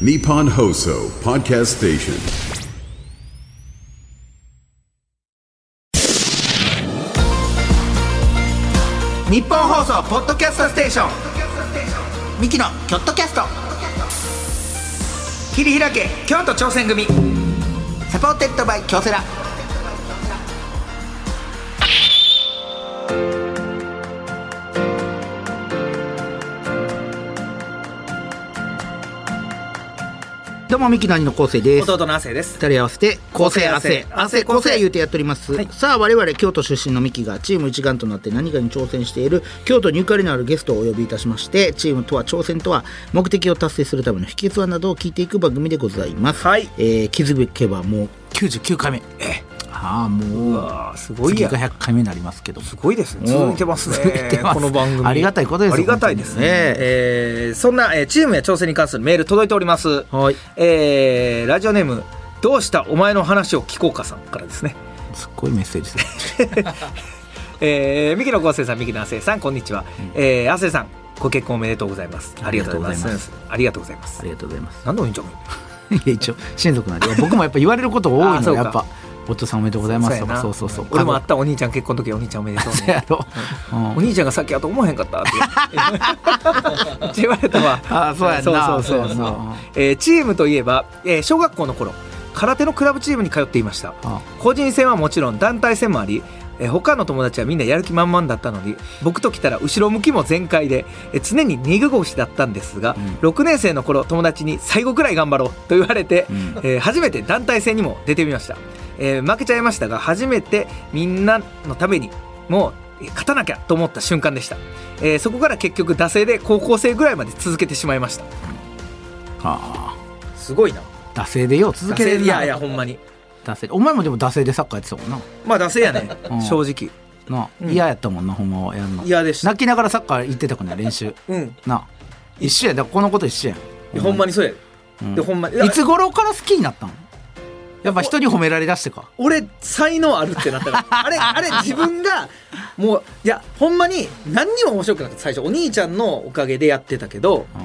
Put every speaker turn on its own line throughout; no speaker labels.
Nippon Hoso Podcast Station.
日本放送ポッドキャストステーションミキのキョットキャスト切り開け京都挑戦組サポーテッドバイ京セラ
どうもミキナニの構成です
弟の亜生です
二人合わせて構成汗
構成
汗構成言うてやっております、
はい
さあ我々京都出身のミキがチーム一丸となって何かに挑戦している京都にゆかりのあるゲストをお呼びいたしましてチームとは挑戦とは目的を達成するための秘訣はなどを聞いていく番組でございます、
はい
えー、気づけばもう99回目ああもう
すごい
次
や
が100回目になりますけども
すごいですね続いてますね
続いてます
この番組
ありがたいことですよ
ありがたいです
本当
ね
にね
えーそんな、えーチームや挑戦に関するメール届いております
はい
えーラジオネームどうしたお前の話を聞こうかさんからですね
すっごいメッセージです
えー、ミキの昴生さん、ミキの亜生さん、こんにちは。えー、亜生さん、ご結婚おめでとうございます。ありがとうございます。ありがとうございま
あ
す。
りがとうございます
何でもいいんじゃん。
いや一応親族なんでいや僕もやっぱ言われること多
あ
い
そ
の
うか
やっぱ「お父さんおめでとうございます」と
や
か
な
そうそうそうん
俺もあったお兄ちゃん結婚の時お兄ちゃんおめでとう
そう や
ね。
ろ、うん
お兄ちゃんがさっきあと思わへんかったって 言われたわ。
あそうやんな
そうそうそう
そう
そ
や
うん
な。
えーチームといえば、えー小学校の頃、空手のクラブチームに通っていました。
あ
個人戦はもちろん団体戦もありえー他の友達はみんなやる気満々だったのに僕と来たら後ろ向きも全開でえー常に逃げ腰だったんですが、6年生の頃友達に最後くらい頑張ろうと言われて、
ん
えー初めて団体戦にも出てみました、えー負けちゃいましたが初めてみんなのためにもうえー勝たなきゃと思った瞬間でした、えーそこから結局惰性で高校生ぐらいまで続けてしまいました
あ
すごいな
あ惰性でよう続
惰
け
性
れる
い
な
やいやほんまに
惰性お前もでも惰性でサッカーやってたもんな
まあ惰性やね、
うん
正直
な
うん
嫌やったもんなほんまはやんの
嫌でした
泣きながらサッカー行ってたからね練習
うん
な一緒やだからこのこと一緒やん
いやほんまにそうや、
うん
でほんまに
いつ頃から好きになったのやっぱ人に褒められだしてか
俺才能あるってなった からあれあれ自分がもういやほんまに何にも面白くなくて最初お兄ちゃんのおかげでやってたけど
うん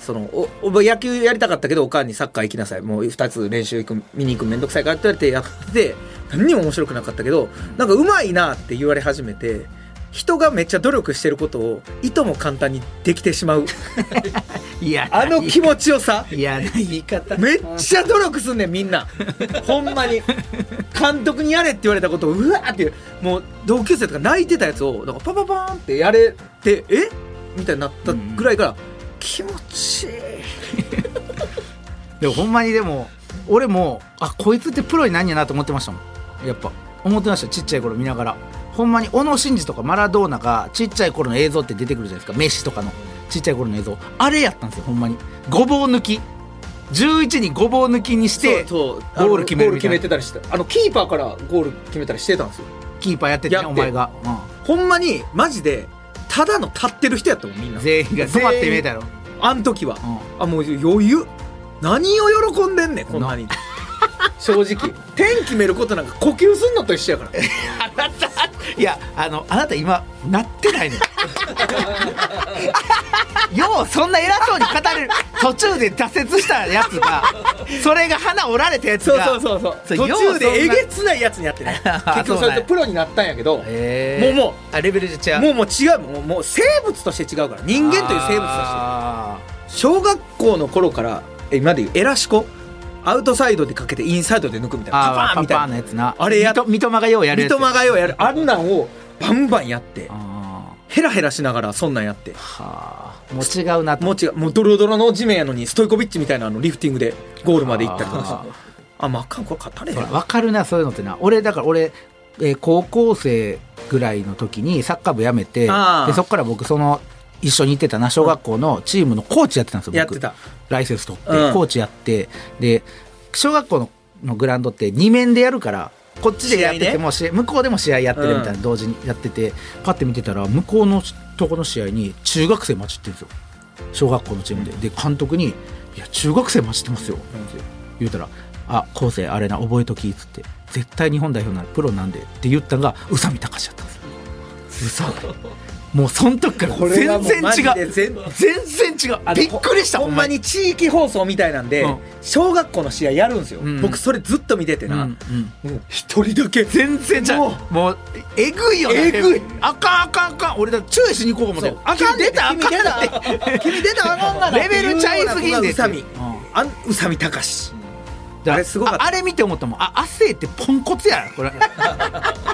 そのおお野球やりたかったけどおかんにサッカー行きなさいもう2つ練習行く見に行くのめんどくさいからって言われてやってて何にも面白くなかったけどなんかうまいなって言われ始めて人がめっちゃ努力してることをいとも簡単にできてし まう
いや
あの気持ちよさ
い やな言い方
めっちゃ努力すんねんみんなほんまに監督にやれって言われたことをうわーってもう同級生とか泣いてたやつをなんかパパパーンってやれてえみたいになったぐらいから、気持ちいい
でもほんまにでも俺もあこいつってプロになんやなと思ってましたもんやっぱ思ってましたちっちゃい頃見ながらほんまに小野伸二とかマラドーナがちっちゃい頃の映像って出てくるじゃないですかメッシとかのちっちゃい頃の映像あれやったんですよほんまにごぼう抜き11人ごぼう抜きにして
そう
ゴール決める
ゴー
み
ル決
た
め
い
て
な
たりしてあのキーパーからゴール決めたりしてたんですよ
キーパーやってて
やっ
ね
て
お前が、
ほんまにマジでただの立ってる人やったもんみん
う、
なん
全員が止まって見えたやろ
あん時は、あもう余裕何を喜んでんねんこん なに正直天決めることなんか呼吸すんのと一緒 やから
いやあのあなた今なってないのよ ようそんな偉そうに語れる途中で挫折したやつがそれが花折られたやつ
そう
が
そうそうそ
よ
う途中
そんな
でえげつないやつにやってね結局そ
そう
れ
なん
と
や
プロになったんやけど、
へー
もうも
あレベルじゃ違う
もうもう違うもうもう生物として違うから人間という生物として
あ
小学校の頃からえ今で言うエラシコアウトサイドでかけてインサイドで抜くみたい
ー
な
あ
パ
ー
パーン
パ
み
パ
た
ー
い
ンの
な
やつな
あれやっ
三笘がようやる
三
やつ
笘がようやるあんなんをバンバンやって
あ
ヘラヘラしながらそんなんやって
ーはあもう違うなと
もう違うもうドロドロの地面やのにストイコビッチみたいなあのリフティングでゴールまで行ったりとかしてあまああかんこれ勝たれへん
そう
わ
だわかるなそういうのってな俺だから俺、えー高校生ぐらいの時にサッカー部辞めて
あー
でそこから僕その一緒に行ってたな小学校のチームのコーチやってたんですよ僕
やってた
ライセンス取って、
うん
コーチやってで小学校ののグラウンドって2面でやるからこっちでやって
試合ね
てもし向こうでも試合やってるみたいな、
うん
同時にやっててパッて見てたら向こうのとこの試合に中学生混じってるんですよ小学校のチームで、で監督に「いや中学生混じってますよ」言うたら「あ昴生あれな覚えとき」っつって「絶対日本代表ならプロなんで」って言ったんが宇佐美貴史やったんですよ宇佐美 もうその時から
れ
全
はもう
然違
マジで
う
全
全然違う
あの
びっくりした
ほんまに地域放送みたいなんで、
うん
小学校の試合やるんですよ、
うんうん
僕それずっと見てて
ほんま
な、
にうん
うん一人だけ
全然ちゃ
も
うもうえぐいよね
えぐい
あかんあかんあかん俺だって注意しに行こう思って
そう
あかん出たあ
君出た
かんって
君出たあかんがな
レベルちゃいすぎんで
うさみ
うん
あん宇佐美隆
だ
あれすごかった
ああれ見て思ったもんあ汗ってポンコツや これ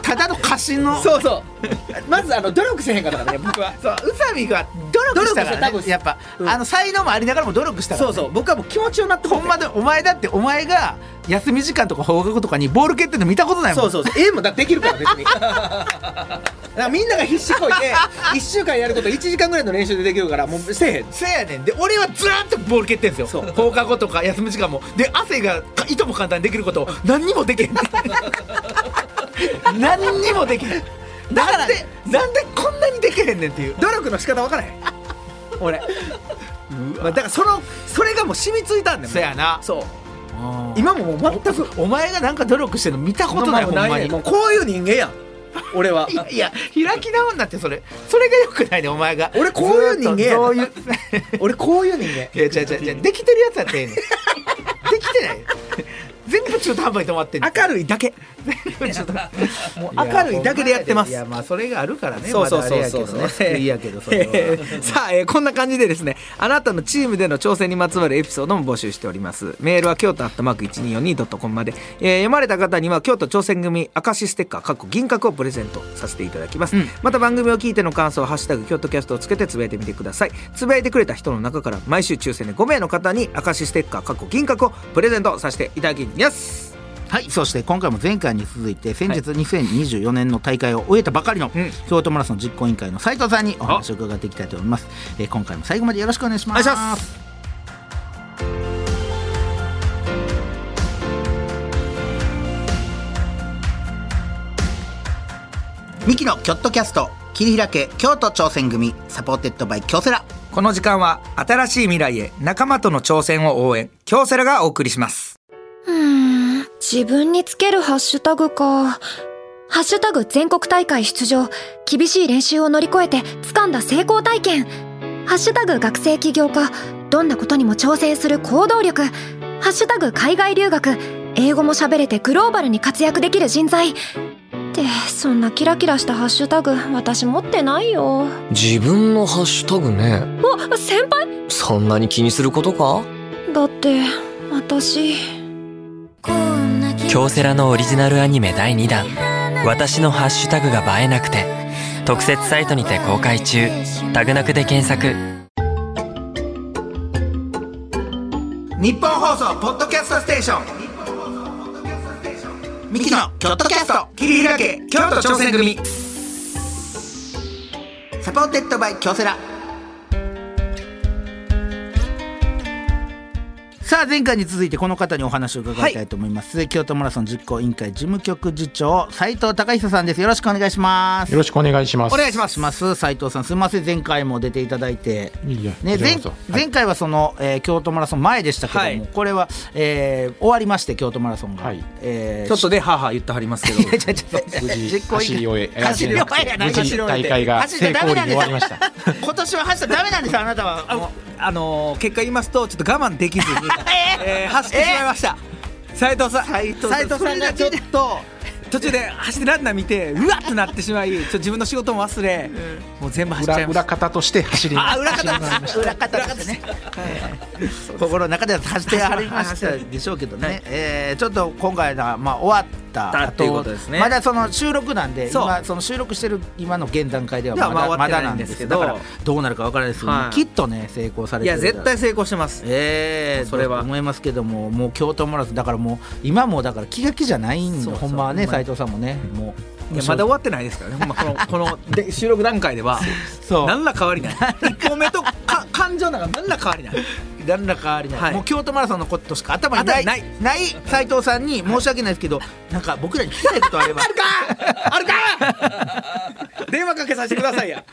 ただの過信の
そうそうまずあの努力せへんかったからね僕は
そう宇佐美が努力したから、
努力
ね、
した
やっぱ、
うん
あの才能もありながらも努力したから、
そ
ね、
うそう僕はもう気持ちよなって
ほんま
で
でお前だってお前が休み時間とか放課後とかにボール蹴ってんの見たことないもん
そうそうそう A もだできるから別 にだからみんなが必死こいて1週間やること1時間ぐらいの練習でできるからもうせえへん
せやねんで俺はずらっとボール蹴ってんすよ
そう
放課後とか休み時間もで汗がかいとも簡単にできることを何にもできへん 何にもできへんなんでなんでこんなにできへんねんっていう
努力の仕方わからへん俺まあ、だからそのそれがもう染みついたんだよ
そやな
そう
今
今ももう全く
お前がなんか努力してるの見たことないほんまに
もうこういう人間やん俺はい
やいや開き直んなってそれそれがよくないねお前が
俺こういう人間や
そういう
俺こういう人間
いや違う違う違うできてるやつやったらええねんできてない全部中途半端に止まってんねん
明る いだけ もう明るいだけでやってます
いやまあそれがあるからね
そうそうそうそう
まだあれやけどね救いやけどそれは
えー さあ、えーこんな感じでですねあなたのチームでの挑戦にまつわるエピソードも募集しておりますメールは京都アットマーク 1242.com まで、えー読まれた方には京都挑戦組明石ステッカーかっこ銀閣をプレゼントさせていただきます、
うん
また番組を聞いての感想は「ハッシュタグ京都キャスト」をつけてつぶやいてみてくださいつぶやいてくれた人の中から毎週抽選で5名の方に明石ステッカーかっこ銀閣をプレゼントさせていただきます
はいそして今回も前回に続いて先日2024年の大会を終えたばかりの
うん
京都マラソン実行委員会の斉藤さんにお話を伺っていきたいと思います、えー今回も最後までよろしくお願いします
お願いします
ミキのキョットキャスト切り開け京都挑戦組サポーテッドバイ京セラ
この時間は新しい未来へ仲間との挑戦を応援京セラがお送りします
うーん自分につけるハッシュタグか。ハッシュタグ全国大会出場。厳しい練習を乗り越えて掴んだ成功体験。ハッシュタグ学生起業家。どんなことにも挑戦する行動力。ハッシュタグ海外留学。英語も喋れてグローバルに活躍できる人材。って、そんなキラキラしたハッシュタグ、私持ってないよ。
自分のハッシュタグね
あ、先輩
そんなに気にすることか
だって、私。
京セラのオリジナルアニメ第2弾「私のハッシュタグが映えなくて」特設サイトにて公開中タグなくで検索
日本放送ポッドキャストステーションミキのキョットキャスト切り開け京都挑戦組サポーテッドバイ京セラさあ前回に続いてこの方にお話を伺いたいと思います、京都マラソン実行委員会事務局次長斉藤隆久さんですよろしくお願いします
よろしくお願いします。
お願いします。斉藤さん、すみません、前回も出ていただいて。
いいや
ね、
こちら
前
こそはい
前回はその、えー京都マラソン前でしたけども、
はい
これは、えー終わりまして京都マラソンが、
はい
えー
ちょっとね、母言ってはりますけど。
ちょちょちょ
無事
実行委
走り
員
終え、
走り終えやな
無事大会が
走っち
成
ゃダ
功
メ
裏
な
に
ん
終わりま
で
し
す
た。
今年は走ったらダメなんですあなたはもう
あのー結果言いますと、ちょっと我慢できずに、 えー走ってしまいました。斉藤さん、
斉
斉
藤さ
藤
ん
さんがちょっと。途中で走ってランナー見てうわってなってしまいちょっと自分の仕事も忘れ、もう全部走っちゃ
裏
いまし
裏
た
方として走り。
あ裏方です裏方ですねはい心の中では走ってありましたでしょうけどね、えーちょっと今回のはまあ終わった
だ
後
っていうことですね
まだその収録なんで
そう
今その収録してる今の現段階では
では
まだ
まあ
ま
終
だ
わって
な
ない
ん
ん
で
ですす
け
け
ど
ど
だからどうなるかわからないですけど、
はい
きっとね成功され
い
て
や
るだろう
絶対成功してます
ええ
それは
思いますけどももう京都マラソンだからもう今もうだから気が気じゃないんで
そうそ
ほ
うん
まはね
ほんま
斉
に
藤さんもねもう
いやまだ終わってないですからねほんまこのこので収録段階では
そう
何ら変わりない1本目とか感情なんか何ら変わりない
何ら変わりない、
はい
もう京都マラソンのことしか頭にない
頭に
ない斉藤さんに申し訳ないですけど、なんか僕らに聞きたいことあればあるか
あるか電話かけさせてくださいや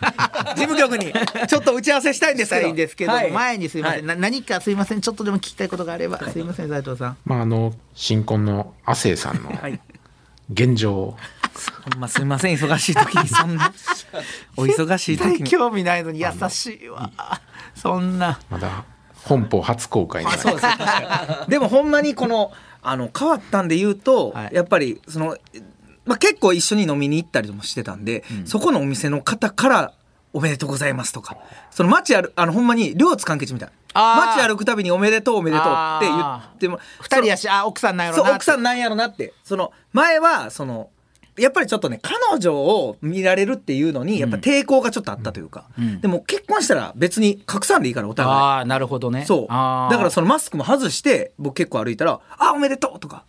事務局にちょっと打ち合わせしたいんで
し
す
た
けど
いんですけど、
はい
前にすいません、
は
な
い
何かすいませんちょっとでも聞きたいことがあれば、すいません斉藤さん
まああの新婚の亜生さんの
はい
現状を
ほんますいません忙しい 時にそんなお忙しい
絶
時
対
に
興味ないのに優しいわそんな
まだ本邦初公開じゃない
でもほんまにこのあの変わったんで言うと、
はい
やっぱりその、まあ、結構一緒に飲みに行ったりもしてたんで、そこのお店の方から「おめでとうございます」とかその街あるあのほんまに両津完結みたいな
あー
街歩くたびに「おめでとうおめでとう」って言っても
二人やしあ奥さんなんやろ
そう
な
奥さんなんやろなってその前はそのやっぱりちょっとね彼女を見られるっていうのにやっぱ抵抗がちょっとあったというか、でも結婚したら別に隠さんでいいからお互い
ああなるほどね
そう。
あー
だからそのマスクも外して、僕結構歩いたら、あ、おめでとうとか、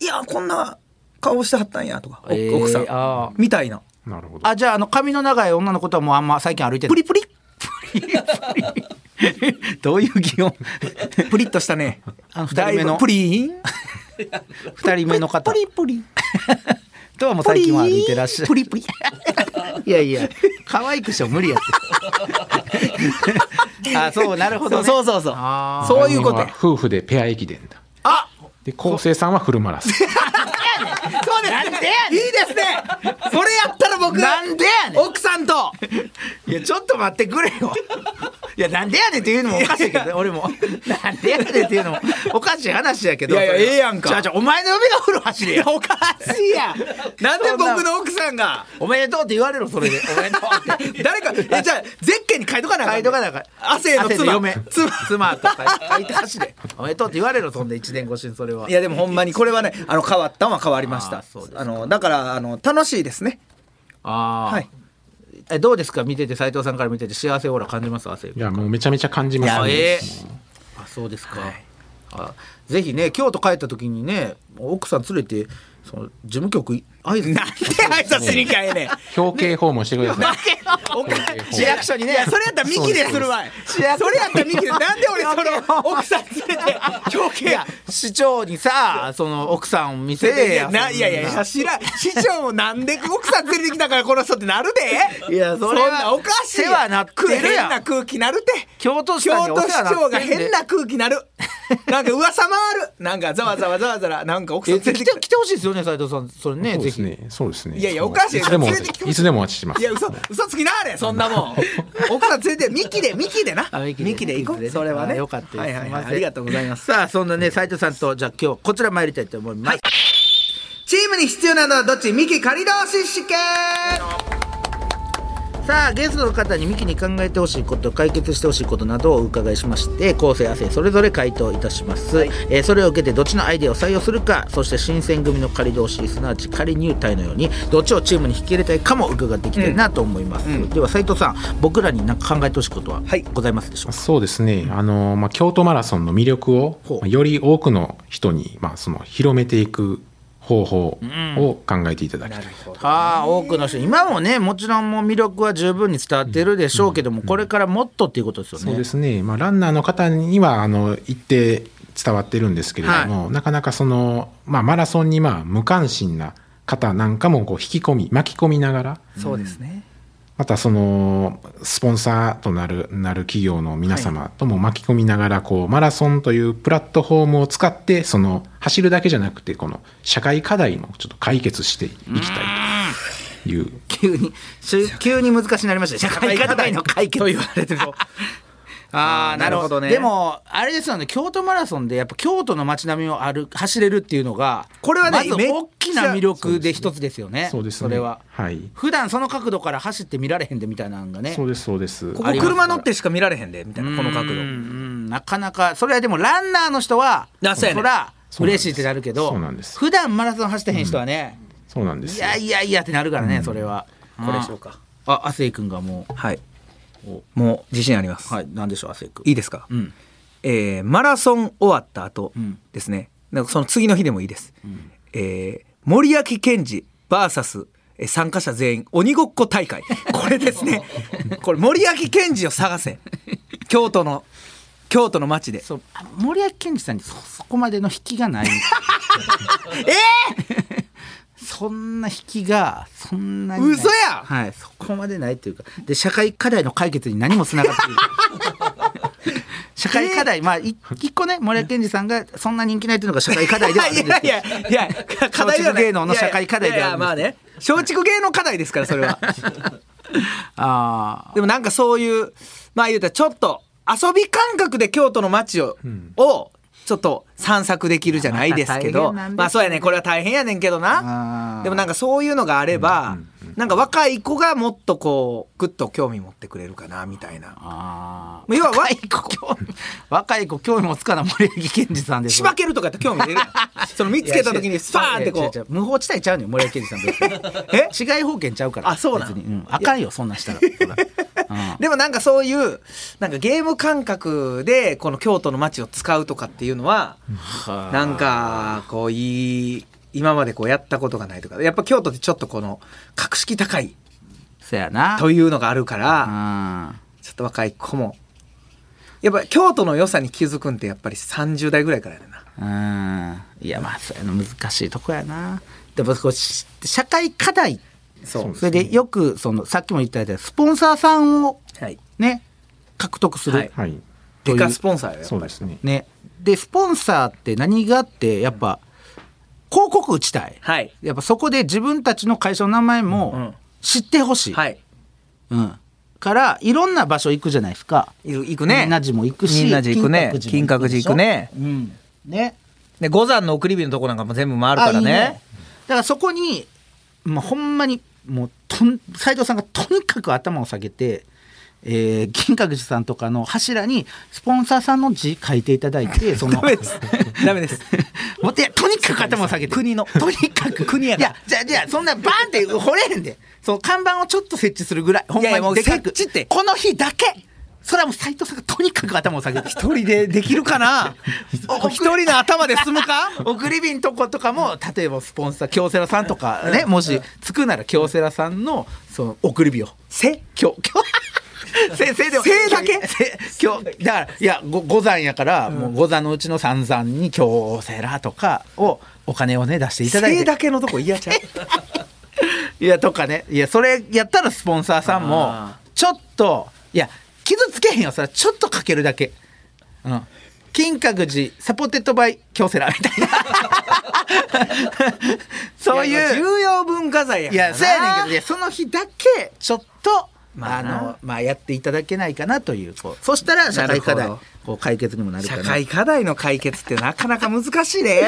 いや、こんな顔してはったんやとか、お
えー
奥さ
あ
ん。みたいな。
なるほど
あじゃああの髪の長い女の子とはもうあんま最近歩いて
プ
ない
リプリ、
どういう擬音
プリッとしたね。
あの二人目
だい
の
ぶプリン。
二人目の方
プリプリ。
とはもう最近は歩いてらっしゃ
プ
る
リプリ。
いやいや可愛くしても無理やって あそうなるほど、ね、
そうそうそうそう
あー。
そういうこと
番
や
組は。夫婦でペア駅伝だ
あ
で昴生さんはフルマラソン
そうですね。いいですね。それやったら僕。
なんでやねん
奥さんと。
いやちょっと待ってくれよ いやなんでやねんっていうのもおかしいけどね俺もなんでやねんっていうのもおかしい話やけど
いやいや
それは
ええやんか
じゃあじゃあお前の嫁がお風呂走れよ
おかしいやん。なんで僕の奥さんが。
おめでとうって言われろそれでおめでとうって
誰か、え、じゃあ、ゼッケンに書いとかなあかん
態度がなんか
汗の妻
嫁
妻
妻とか書いて走れおめでとうって言われろそんで一年越しにそれはい
やでもほんまにこれはねあの変わったんは変わりまし
あー
た
そうです
あのだからあの楽しいですね
あー
はい
えどうですか見てて斉藤さんから見てて幸せオーラ感じます汗
いやもうめちゃめちゃ感じます
あ
ね
ええあそうですか、あぜひね京都帰った時にね奥さん連れてその事務局い挨拶
なんで挨拶しにかえねん
表敬訪問してください
おか
そう
市役所にねいや それやったらミキでするわいそれやったらミキでなんで俺その奥さん連れて表敬
いや市長にさその奥さんを見せれや
ないやい
そん
や
な
知らん市長もなんで奥さん連れてきたからこの人ってなるで
いやそれは
んなおかしいやん
世話なってるやん
変な空気なるて
京都市
京
長にお
都市
世話にな
長
ってん
が
で
変な空気なるなんか噂回るなんかざわざわざわざわなんか奥さん
え
連
来
れて
て
きた
来てほしいですよね斉藤さんそれね
そう
ぜ
です
ひ
ねそうですね
いやいやおかしい
いつでも
連れてきてほしい
いつでもお待ちしてます
いや嘘嘘つきなあれそんなもん奥さん連れてミキでミキでな
あ
ミ
ミ
キ
キ
で
で
行
ミ
こ
キで
う
ね
それはね
あよかったです
はいはい
すいま
はい
せ
あ
ん
りがとうございます
さあそんなね斉藤さんとじゃあ今日こちら参りたいと思います、
チームに必要なのはどっちミキ仮同士試験
さあゲストの方にミキに考えてほしいこと解決してほしいことなどをお伺いしまして構成亜生それぞれ回答いたします、えーそれを受けてどっちのアイデアを採用するかそして新選組の仮同士すなわち仮入隊のようにどっちをチームに引き入れたいかも伺っていきたいなと思います、では斉藤さん僕らに何か考えてほしいことは
はい
ございますでしょうか、
そうですね、あのまあ、京都マラソンの魅力を
ほう
まあより多くの人に、まあ、その広めていく方法を考えていただきたい、
ああ多くの人今もねもちろんもう魅力は十分に伝わってるでしょうけども、これからもっとっていうことですよね
そうですね、まあ、ランナーの方にはあの一定伝わってるんですけれども、なかなかその、まあ、マラソンにまあ無関心な方なんかもこう引き込み巻き込みながら
そうですね
またそのスポンサーとなるなる企業の皆様とも巻き込みながらこうマラソンというプラットフォームを使ってその走るだけじゃなくてこの社会課題もちょっと解決していきたいという
急にし急に難しくなりました社会課題の解決
と言われても
ああ
な
な
る
る
ほ
ほ
ど
ど
ね
ねでもあれですよね京都マラソンでやっぱ京都の街並みを歩走れるっていうのが
これはね
まず
めっちゃ
大きな魅力で一つですよね
そうですね
それは、
はい
普段その角度から走って見られへんでみたいなのがね
そうですそうです
こ
あ
こ
ります
車乗ってしか見られへんでみたいなこの角
うんう
度
んなかなかそれはでもランナーの人は
なそうやね
そら
そうなんで
嬉
す
しいってなるけど
そうなんです
普段マラソン走ってへん人はね、
そうなんで
い
すよ
やいやいやってなるからね、それは
これでしょうか
あ亜生君がも
はいもう自信あります
うはいなんでしょう亜生君
いいですか、
ん
えーマラソン終わった後
ん
ですね、なんかその次の日でもいいです、えー森脇健児 VS えー参加者全員鬼ごっこ大会これで すねこれ森脇健児を探せ京都の京都の街で
そうあ森脇健児さんにそそこまでの引きが ないええ そんな引きがそんなにない
嘘や
はいそ こまでないというかで社会課題の解決に何もつながっていない社会課題、まあ、い一個ね、森谷健二さんがそんな人気ないというのが社会課題ではあるん
い
です
や
け
い
ど
やいや課題で
松竹
はない
芸能の社会課題で
いやい
は
や
あ
まあ
るんで
ね松竹芸能課題ですからそれは
ああ
でもなんかそういうまあ言うたらちょっと遊び感覚で京都の街を,、をちょっと散策できるじゃないですけ
ま
ど
あ大変なんですよ
まあそうやねこれは大変やねんけど
あ
な
ー
でもなんかそういうのがあれば、なんか若い子がもっとこうぐっと興味持ってくれるかなみたいな
ああ
要は若い
興味若い子興味もつかない森脇健二さんです
しばけるとかやって興味出るやんその見つけた時にスパーンってこ
違う違う違
う
う無法地帯ちゃうねん森脇健二さん別
え
にえ違い保険ちゃうから
あそうなん
別にんあかんよそんなんしたらほらうん
でもなんかそういうなんかゲーム感覚でこの京都の街を使うとかっていうのは なんかこういい今までこうやったことがないとかやっぱ京都ってちょっとこの格式高い
そやな
というのがあるか
う
ら
ん
ちょっと若い子もやっぱ京都の良さに気づくんってやっぱり30代ぐらいからやねんな。
うんいやまあそういうの難しいとこやなでもこうし社会課題
そう
それでよくそのさっきも言ったやつスポンサーさんを
はい
ね獲得する、
はい
はい
とい
で
う
かスポンサーよ
そうですね
ねでスポンサーって何があってやっぱ広告打ちたい、
はい
やっぱそこで自分たちの会社の名前
うん
も知ってほしい、
はい
うん、からいろんな場所行くじゃないですか
いる行くね
仁和寺も行くし
仁和寺行くね
金閣寺も
金閣寺行
でしょ
く
うんね
で五山の送り火のとこなんかも全部回る
あ
から
いい
ね
だからそこに、まあ、ほんまにもうとん斉藤さんがとにかく頭を下げて、えー金閣寺さんとかの柱にスポンサーさんの字書いていただいてその
ダ メですダメです
もっといやとにかく頭を下げて
国の
とにかく
国や
い
から
やじゃあじゃあそんなバーンって掘れへんでその看板をちょっと設置するぐらいほん
いや
ま
いやもう
にでかく
設置って
この日だけそれはもう斉藤さんがとにかく頭を下げて
一人でできるか なお一人の頭で済むか
送り火んとことかも例えばスポンサー京セラさんとかねもしつくなら京セラさんのその送り火を
せ
京京せせでも
せだけ
せ京だからいやご五山やから、もう五山のうちの三山に京セラとかをお金をね出していただい
せ
て
だけのとこ嫌ちゃう
いやとかねいやそれやったらスポンサーさんも
あ
ちょっといや傷つけへんよそれはちょっとかけるだけ、うん、金閣寺サポテッドバイ京セラみたいな そう
や
いう
重要文化財
い
やから
や
な
そうやねんけどいやその日だけちょっと、
ま
ま
あ
あ、
な
のまあやっていただけないかなというこうそしたら社会課
な
題
るほ
こう解決にもなるか
社
な
会課題の解決ってなかなか難しいね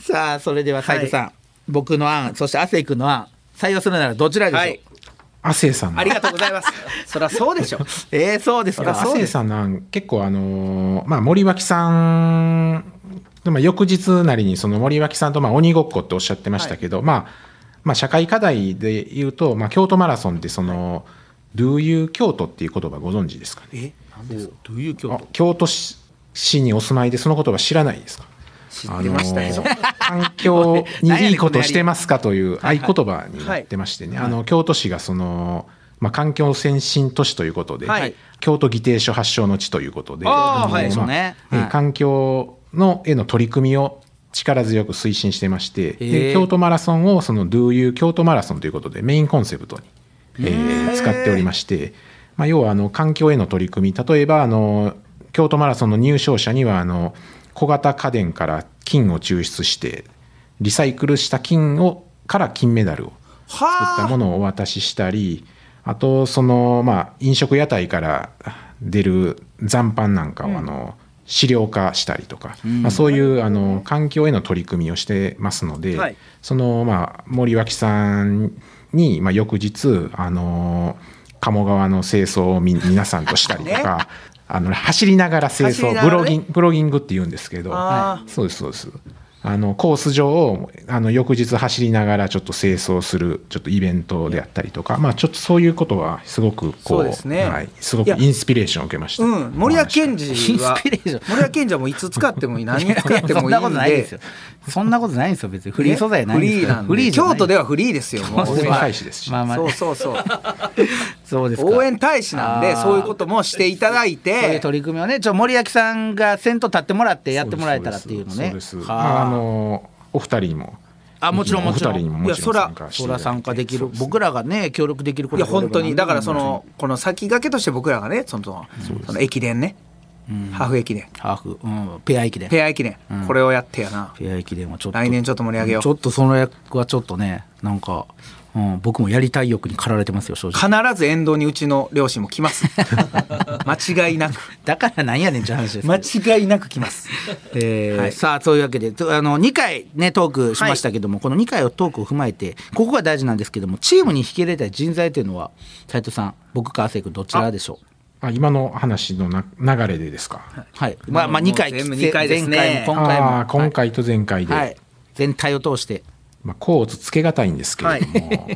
さあそれでは斉藤さん、僕の案そして亜生君の案採用するならどちらでしょう、
はい
亜生さん の
ありがとうございますそりゃそうでしょ
えー、そうですか
亜生さんなん結構あのーまあ森脇さんまあ翌日なりにその森脇さんとまあ鬼ごっこっておっしゃってましたけど、まあまあ社会課題で言うとまあ京都マラソンってその、Do you 京都っていう言葉ご存知ですかね
え
どういう京
あ京都市市にお住まいでその言葉知らないですか
知ってましたよ、
あのー環境にいいことしてますかという合言葉になってましてね、あの京都市がその、まあ、環境先進都市ということで、
はい
京都議定書発祥の地ということで、
あー
の
はい
ま
そうね
えー
はい
環境のへの取り組みを力強く推進してまして、
へー
で京都マラソンをその Do You 京都マラソンということでメインコンセプトに、えー使っておりまして、まあ、要はあの環境への取り組み例えばあの京都マラソンの入賞者にはあの小型家電から金を抽出してリサイクルした金をから金メダルを作ったものをお渡ししたりあとそのまあ飲食屋台から出る残飯なんかをあの飼料化したりとか、まあ、そういうあの環境への取り組みをしてますので、
はい
そのまあ森脇さんにまあ翌日あの鴨川の清掃をみ皆さんとしたり とか、あの走りながら清
走り
掃、
なが
ブ
らね
ロギンブロギングって言うんですけど、
あ
そうですそうですあのコース上をあの翌日走りながらちょっと清掃するちょっとイベントであったりとか、まあ、ちょっとそういうことはすごくこう
そうですね
はい、すご
い
く
や
インスピレーションを受けました、
うん森脇健
イン
児は
スピレーション
森脇健児はもういつ使っても いい何に使って
そ
も
ん
いい
なこ
ん
とないで
です
よそんなことないんですよ別にフリー素材ないんです
フリー
から
なん
じ
で
ゃない
京都ではフリーですよもう
応援大使ですし、
まあまあ
そうそうそう
そうですか
応援大使なんで
あー
そういうこともしていただい
そうい
て
う取り組みをねちょ森脇さんが先頭立ってもらってやってもらえたらっていうのね
そうですそうですま
は
あ
あ
あのお二人にも
あもちろんもちろん
お二人にももちろん
いやそら
参加してい
そ
ただい
ら
て
参加できる僕らがね協力できるこ
い
と
や
があれば
本当にだからそのこの先駆けとして僕らがねそのその駅伝ねハーフ駅伝
ハーフ、うん、ペア駅伝
ペア駅伝、
うん
これをやってやな
ペア駅伝はちょっと
来年ちょっと盛り上げよう
ちょっとその役はちょっとねなんか、うん、僕もやりたい欲に駆られてますよ正直
必ず沿道にうちの両親も来ます間違いなく
だからなんやねんって話ですけど
間違いなく来ます
えー
はい
さあそういうわけでとあの2回ねトークしましたけども、この2回をトークを踏まえてここが大事なんですけどもチームに引き入れたい人材というのは斉藤さん僕か亜生君どちらでしょう
あ今の話のな流れでですか、
はい、まあまあ2回
もう全部二回です
前
ね
回も今回も
あー今回と前回で、
はい、全体を通して
まあ、甲乙つけがたいんですけれども、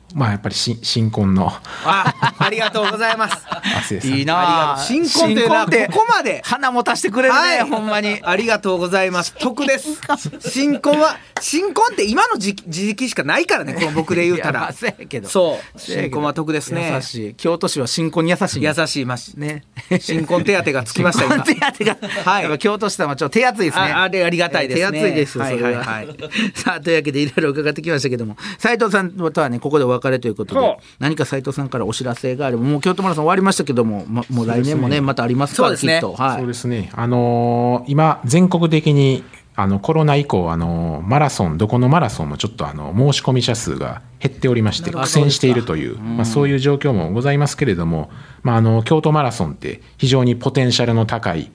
まあやっぱりし新婚の
あありがとうございます
亜生さん
いい
あ
なあ
りがとう新婚っていうのは
新婚って
ここまで
花持たしてくれるね、
はい
ほんまに
ありがとうござい ます得です新婚は新婚って今の時期時期しかないからねこの僕で言うた
いやま
ら
あせやけど
そう
せやけど
新婚は得ですね
優しい京都市は新婚に優しい
優しいまし
ね
新婚手当がつきました
新
今
婚手当が、
はい
やっぱ京都市さんはちょっと手厚いですね
ああれありがたいですね
手厚いですそ
はい
れは,、
はいはい
さあというわけでいろいろ伺ってきましたけども斉藤さんとはねここでお別れということ
そう
で何か斉藤さんからお知らせがあればもう京都マラソン終わりましたけども、ま、もう来年もねまたありますから
そうですね
きっとは
そう
い
ですね、あのー今、全国的にあのコロナ以降、あのーマラソン、どこのマラソンもちょっとあの申し込み者数が減っておりまして、苦戦しているという、まあ、そういう状況もございますけれども、まあ、あの京都マラソンって、非常にポテンシャルの高い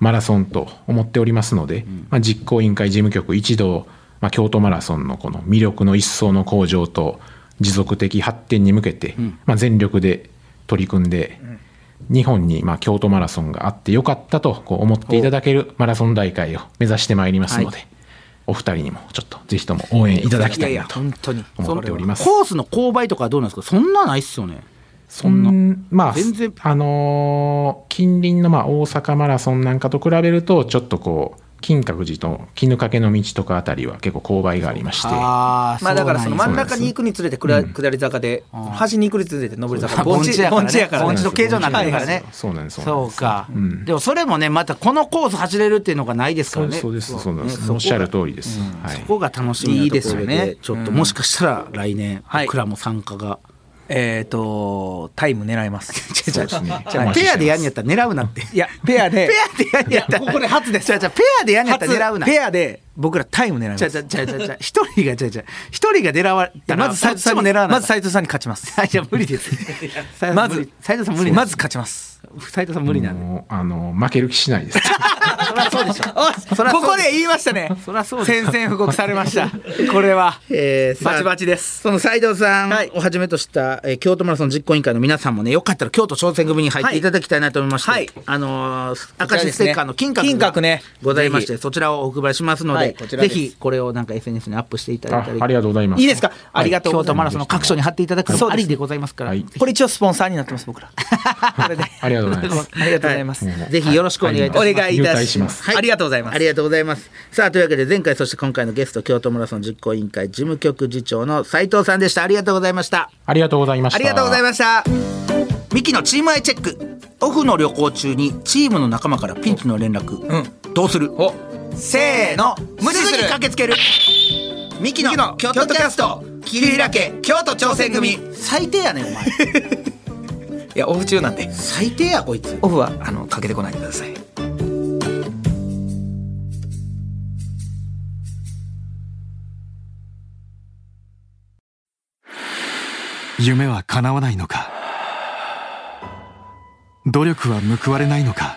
マラソンと思っておりますので、まあ、実行委員会事務局一同、まあ、京都マラソンのこの魅力の一層の向上と持続的発展に向けて、まあ、全力で取り組んで、日本にまあ京都マラソンがあってよかったとこう思っていただけるマラソン大会を目指してまいりますので、
は
お二人にもちょっとぜひとも応援いただきたいなと
本当に
思っております
そのコースの勾配とかはどうなんですかそんなないっすよね
そんまあ
全然
あのー近隣のまあ大阪マラソンなんかと比べるとちょっとこう金閣寺と絹掛の道とかあたりは結構勾配がありまして
あー
まあだからその真
うなん
ん
や
中に行くにつれて下り下り坂で端に行くにつれて上り坂
そうです
盆地やから
盆
ね
地の形状になってるからね
そうなんですそう
そ
なんで
う
す
か、でもそれもねまたこのコース走れるっていうのがないですか
そ
ら
う
ね
そうですそうなんで
ね
すおっしゃる通りです、はい
そこが楽しみ
い
ないと
です
こ
よ
ろ
ね
でちょっと
うん
もしかしたら来年
はい
僕らも参加が
えっとタイム狙い ます
違う違う
そうですね
じゃあペアでやんやったら狙うなって
いやペアで
ペアでやんやったら
いやここで初です
違う違うペアでやんやったら狙うな
ペアで僕らタイム狙いま
じ
す
ゃじゃじゃじゃじゃ一人がじゃじゃ一人が狙われ
いや
たら
まず斉藤さん
こっ
に
ちも狙わな
まず斉藤さんに勝ちます
いや無理です
まず
斉藤さん無理
まず勝ちます
斉藤さん無理なんで
もうあのー負ける気し ないです
そりゃそうでしょそりゃそ
こ
う
こで言いましたね
そりゃそうです
宣戦布告されましたこれは
えーさあ
バチバチです
その斉藤さん
はい
をはじめとした、えー京都マラソン実行委員会の皆さんもねよかったら京都挑戦組に入っていただきたいなと思いまして、
はい
あのー、
こち
赤
ら
字
ですね
ステッカーの金閣が
金閣ね
ございまして
ぜ
そちらをお配りしますので,、
はいこちら
ぜ
です
ひこれをなんか SNS にアップしていただい
あ
たり
ありがとうございます
いいですかありがとうご
京
ざ
都
い
マ
ま
ラ
す
ソンの各所に貼っていただくのもありでございますから、
はい
これ一応スポンサーになってます僕ら これで
ありがとうございます
ありがとうございます
ぜひよろしくお願いいたします、
お願いい
入
た
隊
し
し
ま
ますす
ありがとうございます
ありがとうございます。さあ、というわけで前回、そして今回のゲスト、京都マラソン実行委員会事務局次長の斉藤さんでした。ありがとうございました。
ありがとうございました
ありがとうございました
ミキのチームアイチェック。オフの旅行中にチームの仲間からピンチの連絡。
うんどうするおせーの無視す
すぐ
る
に駆けつける。ミキの
ミキの
京都キャスト。
桐平家京都挑戦組い
最低やねんお前
やオフ中なんで
最低やこいつ
オフはあのかけてこないでください
夢は叶わないのか努力は報われないのか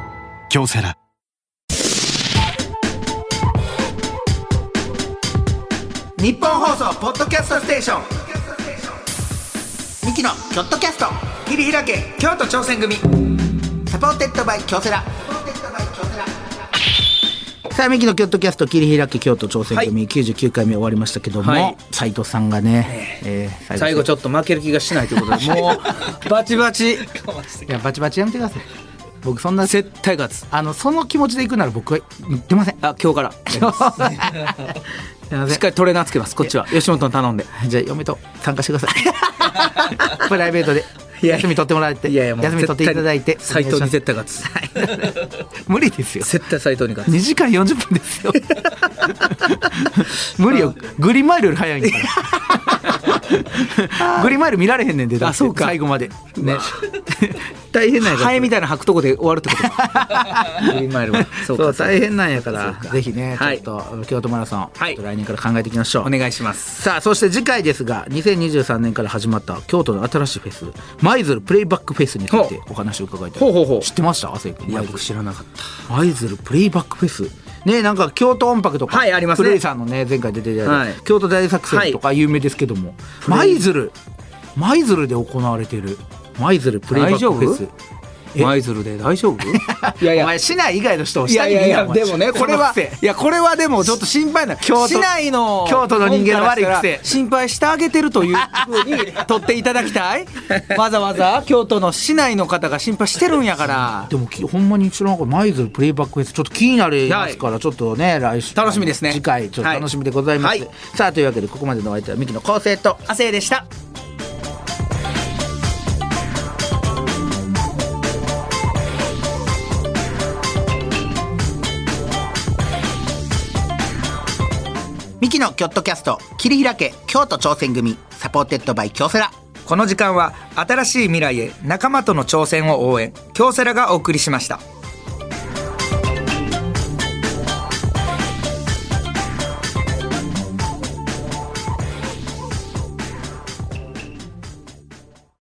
京セラ
日本放送ポッドキャストステーションミキの京都キャスト桐平家京都挑戦組サポーテッドバイ京セラさあミキのキョットキャスト切り開き京都挑戦組、
は
99回目終わりましたけども、
はい
斉藤さんがね、えー
最後ちょっと負ける気がしないということ でもうバチバチ
いやバチバチやめてください僕そんな
絶対勝つ
あのその気持ちで行くなら僕は出ません
あ今日から
すいません
しっかりトレーナーつけますこっちは吉本に頼んで
じゃあ嫁と参加してください プライベートで
いや
休み取ってもらって
いやいやもう
休み取っていただいて
斎藤に絶
対
対勝つ
無理ですよ
絶対斎藤に 勝つ
2時間40分です よ無理よグリーンマイルより早いんだ からグリーンマイル見られへんねんでだって
あそうか
最後までね
ね
大変なんやから
ハエみたいな吐くとこで終わるって ことかグリーンマイルはそ
そう
うか
大変なんやから
そうか
ぜひねちょ
は
っ
い
と、京都マラソン、
はい
ちょっと来年から考えていきましょう
お願いします
さあそして次回ですが2023年から始まった京都の新しいフェス舞鶴プレイバックフェスについて
ほ
お話を伺いたい
ほうほうほう
知ってました亜生君
いや
舞鶴
僕知らなかった
舞鶴プレイバックフェスねなんか京都音楽とか、
はいありますね
プレイさんのね前回出ていただいた、
はい
京都大作戦とか有名ですけども舞鶴舞鶴で行われている舞鶴プレイバックフェス
大丈舞鶴で大丈夫 いやい
お
や
前市内以外の人を
い
下
や
に
い
見
や
ん
い
なお前
やでもねこれは
そのくせ
いやこれはでもちょっと心配な
京都
市内の
京都の人間の悪い癖
心配してあげてるというふうに取っていただき たいわざわざ京都の市内の方が心配してるんやから
でもきほんまに一覧が舞鶴プレイバックフェスちょっと気になりますから、ちょっとね来週
楽しみですね
次回ちょっと楽しみでございます、
はいは
さあというわけでここまでのお相手はミキの構成と
亜生でした
ミキのキョットキャスト切り開け京都挑戦組サポーテッドバイ京セラ
この時間は新しい未来へ仲間との挑戦を応援京セラがお送りしました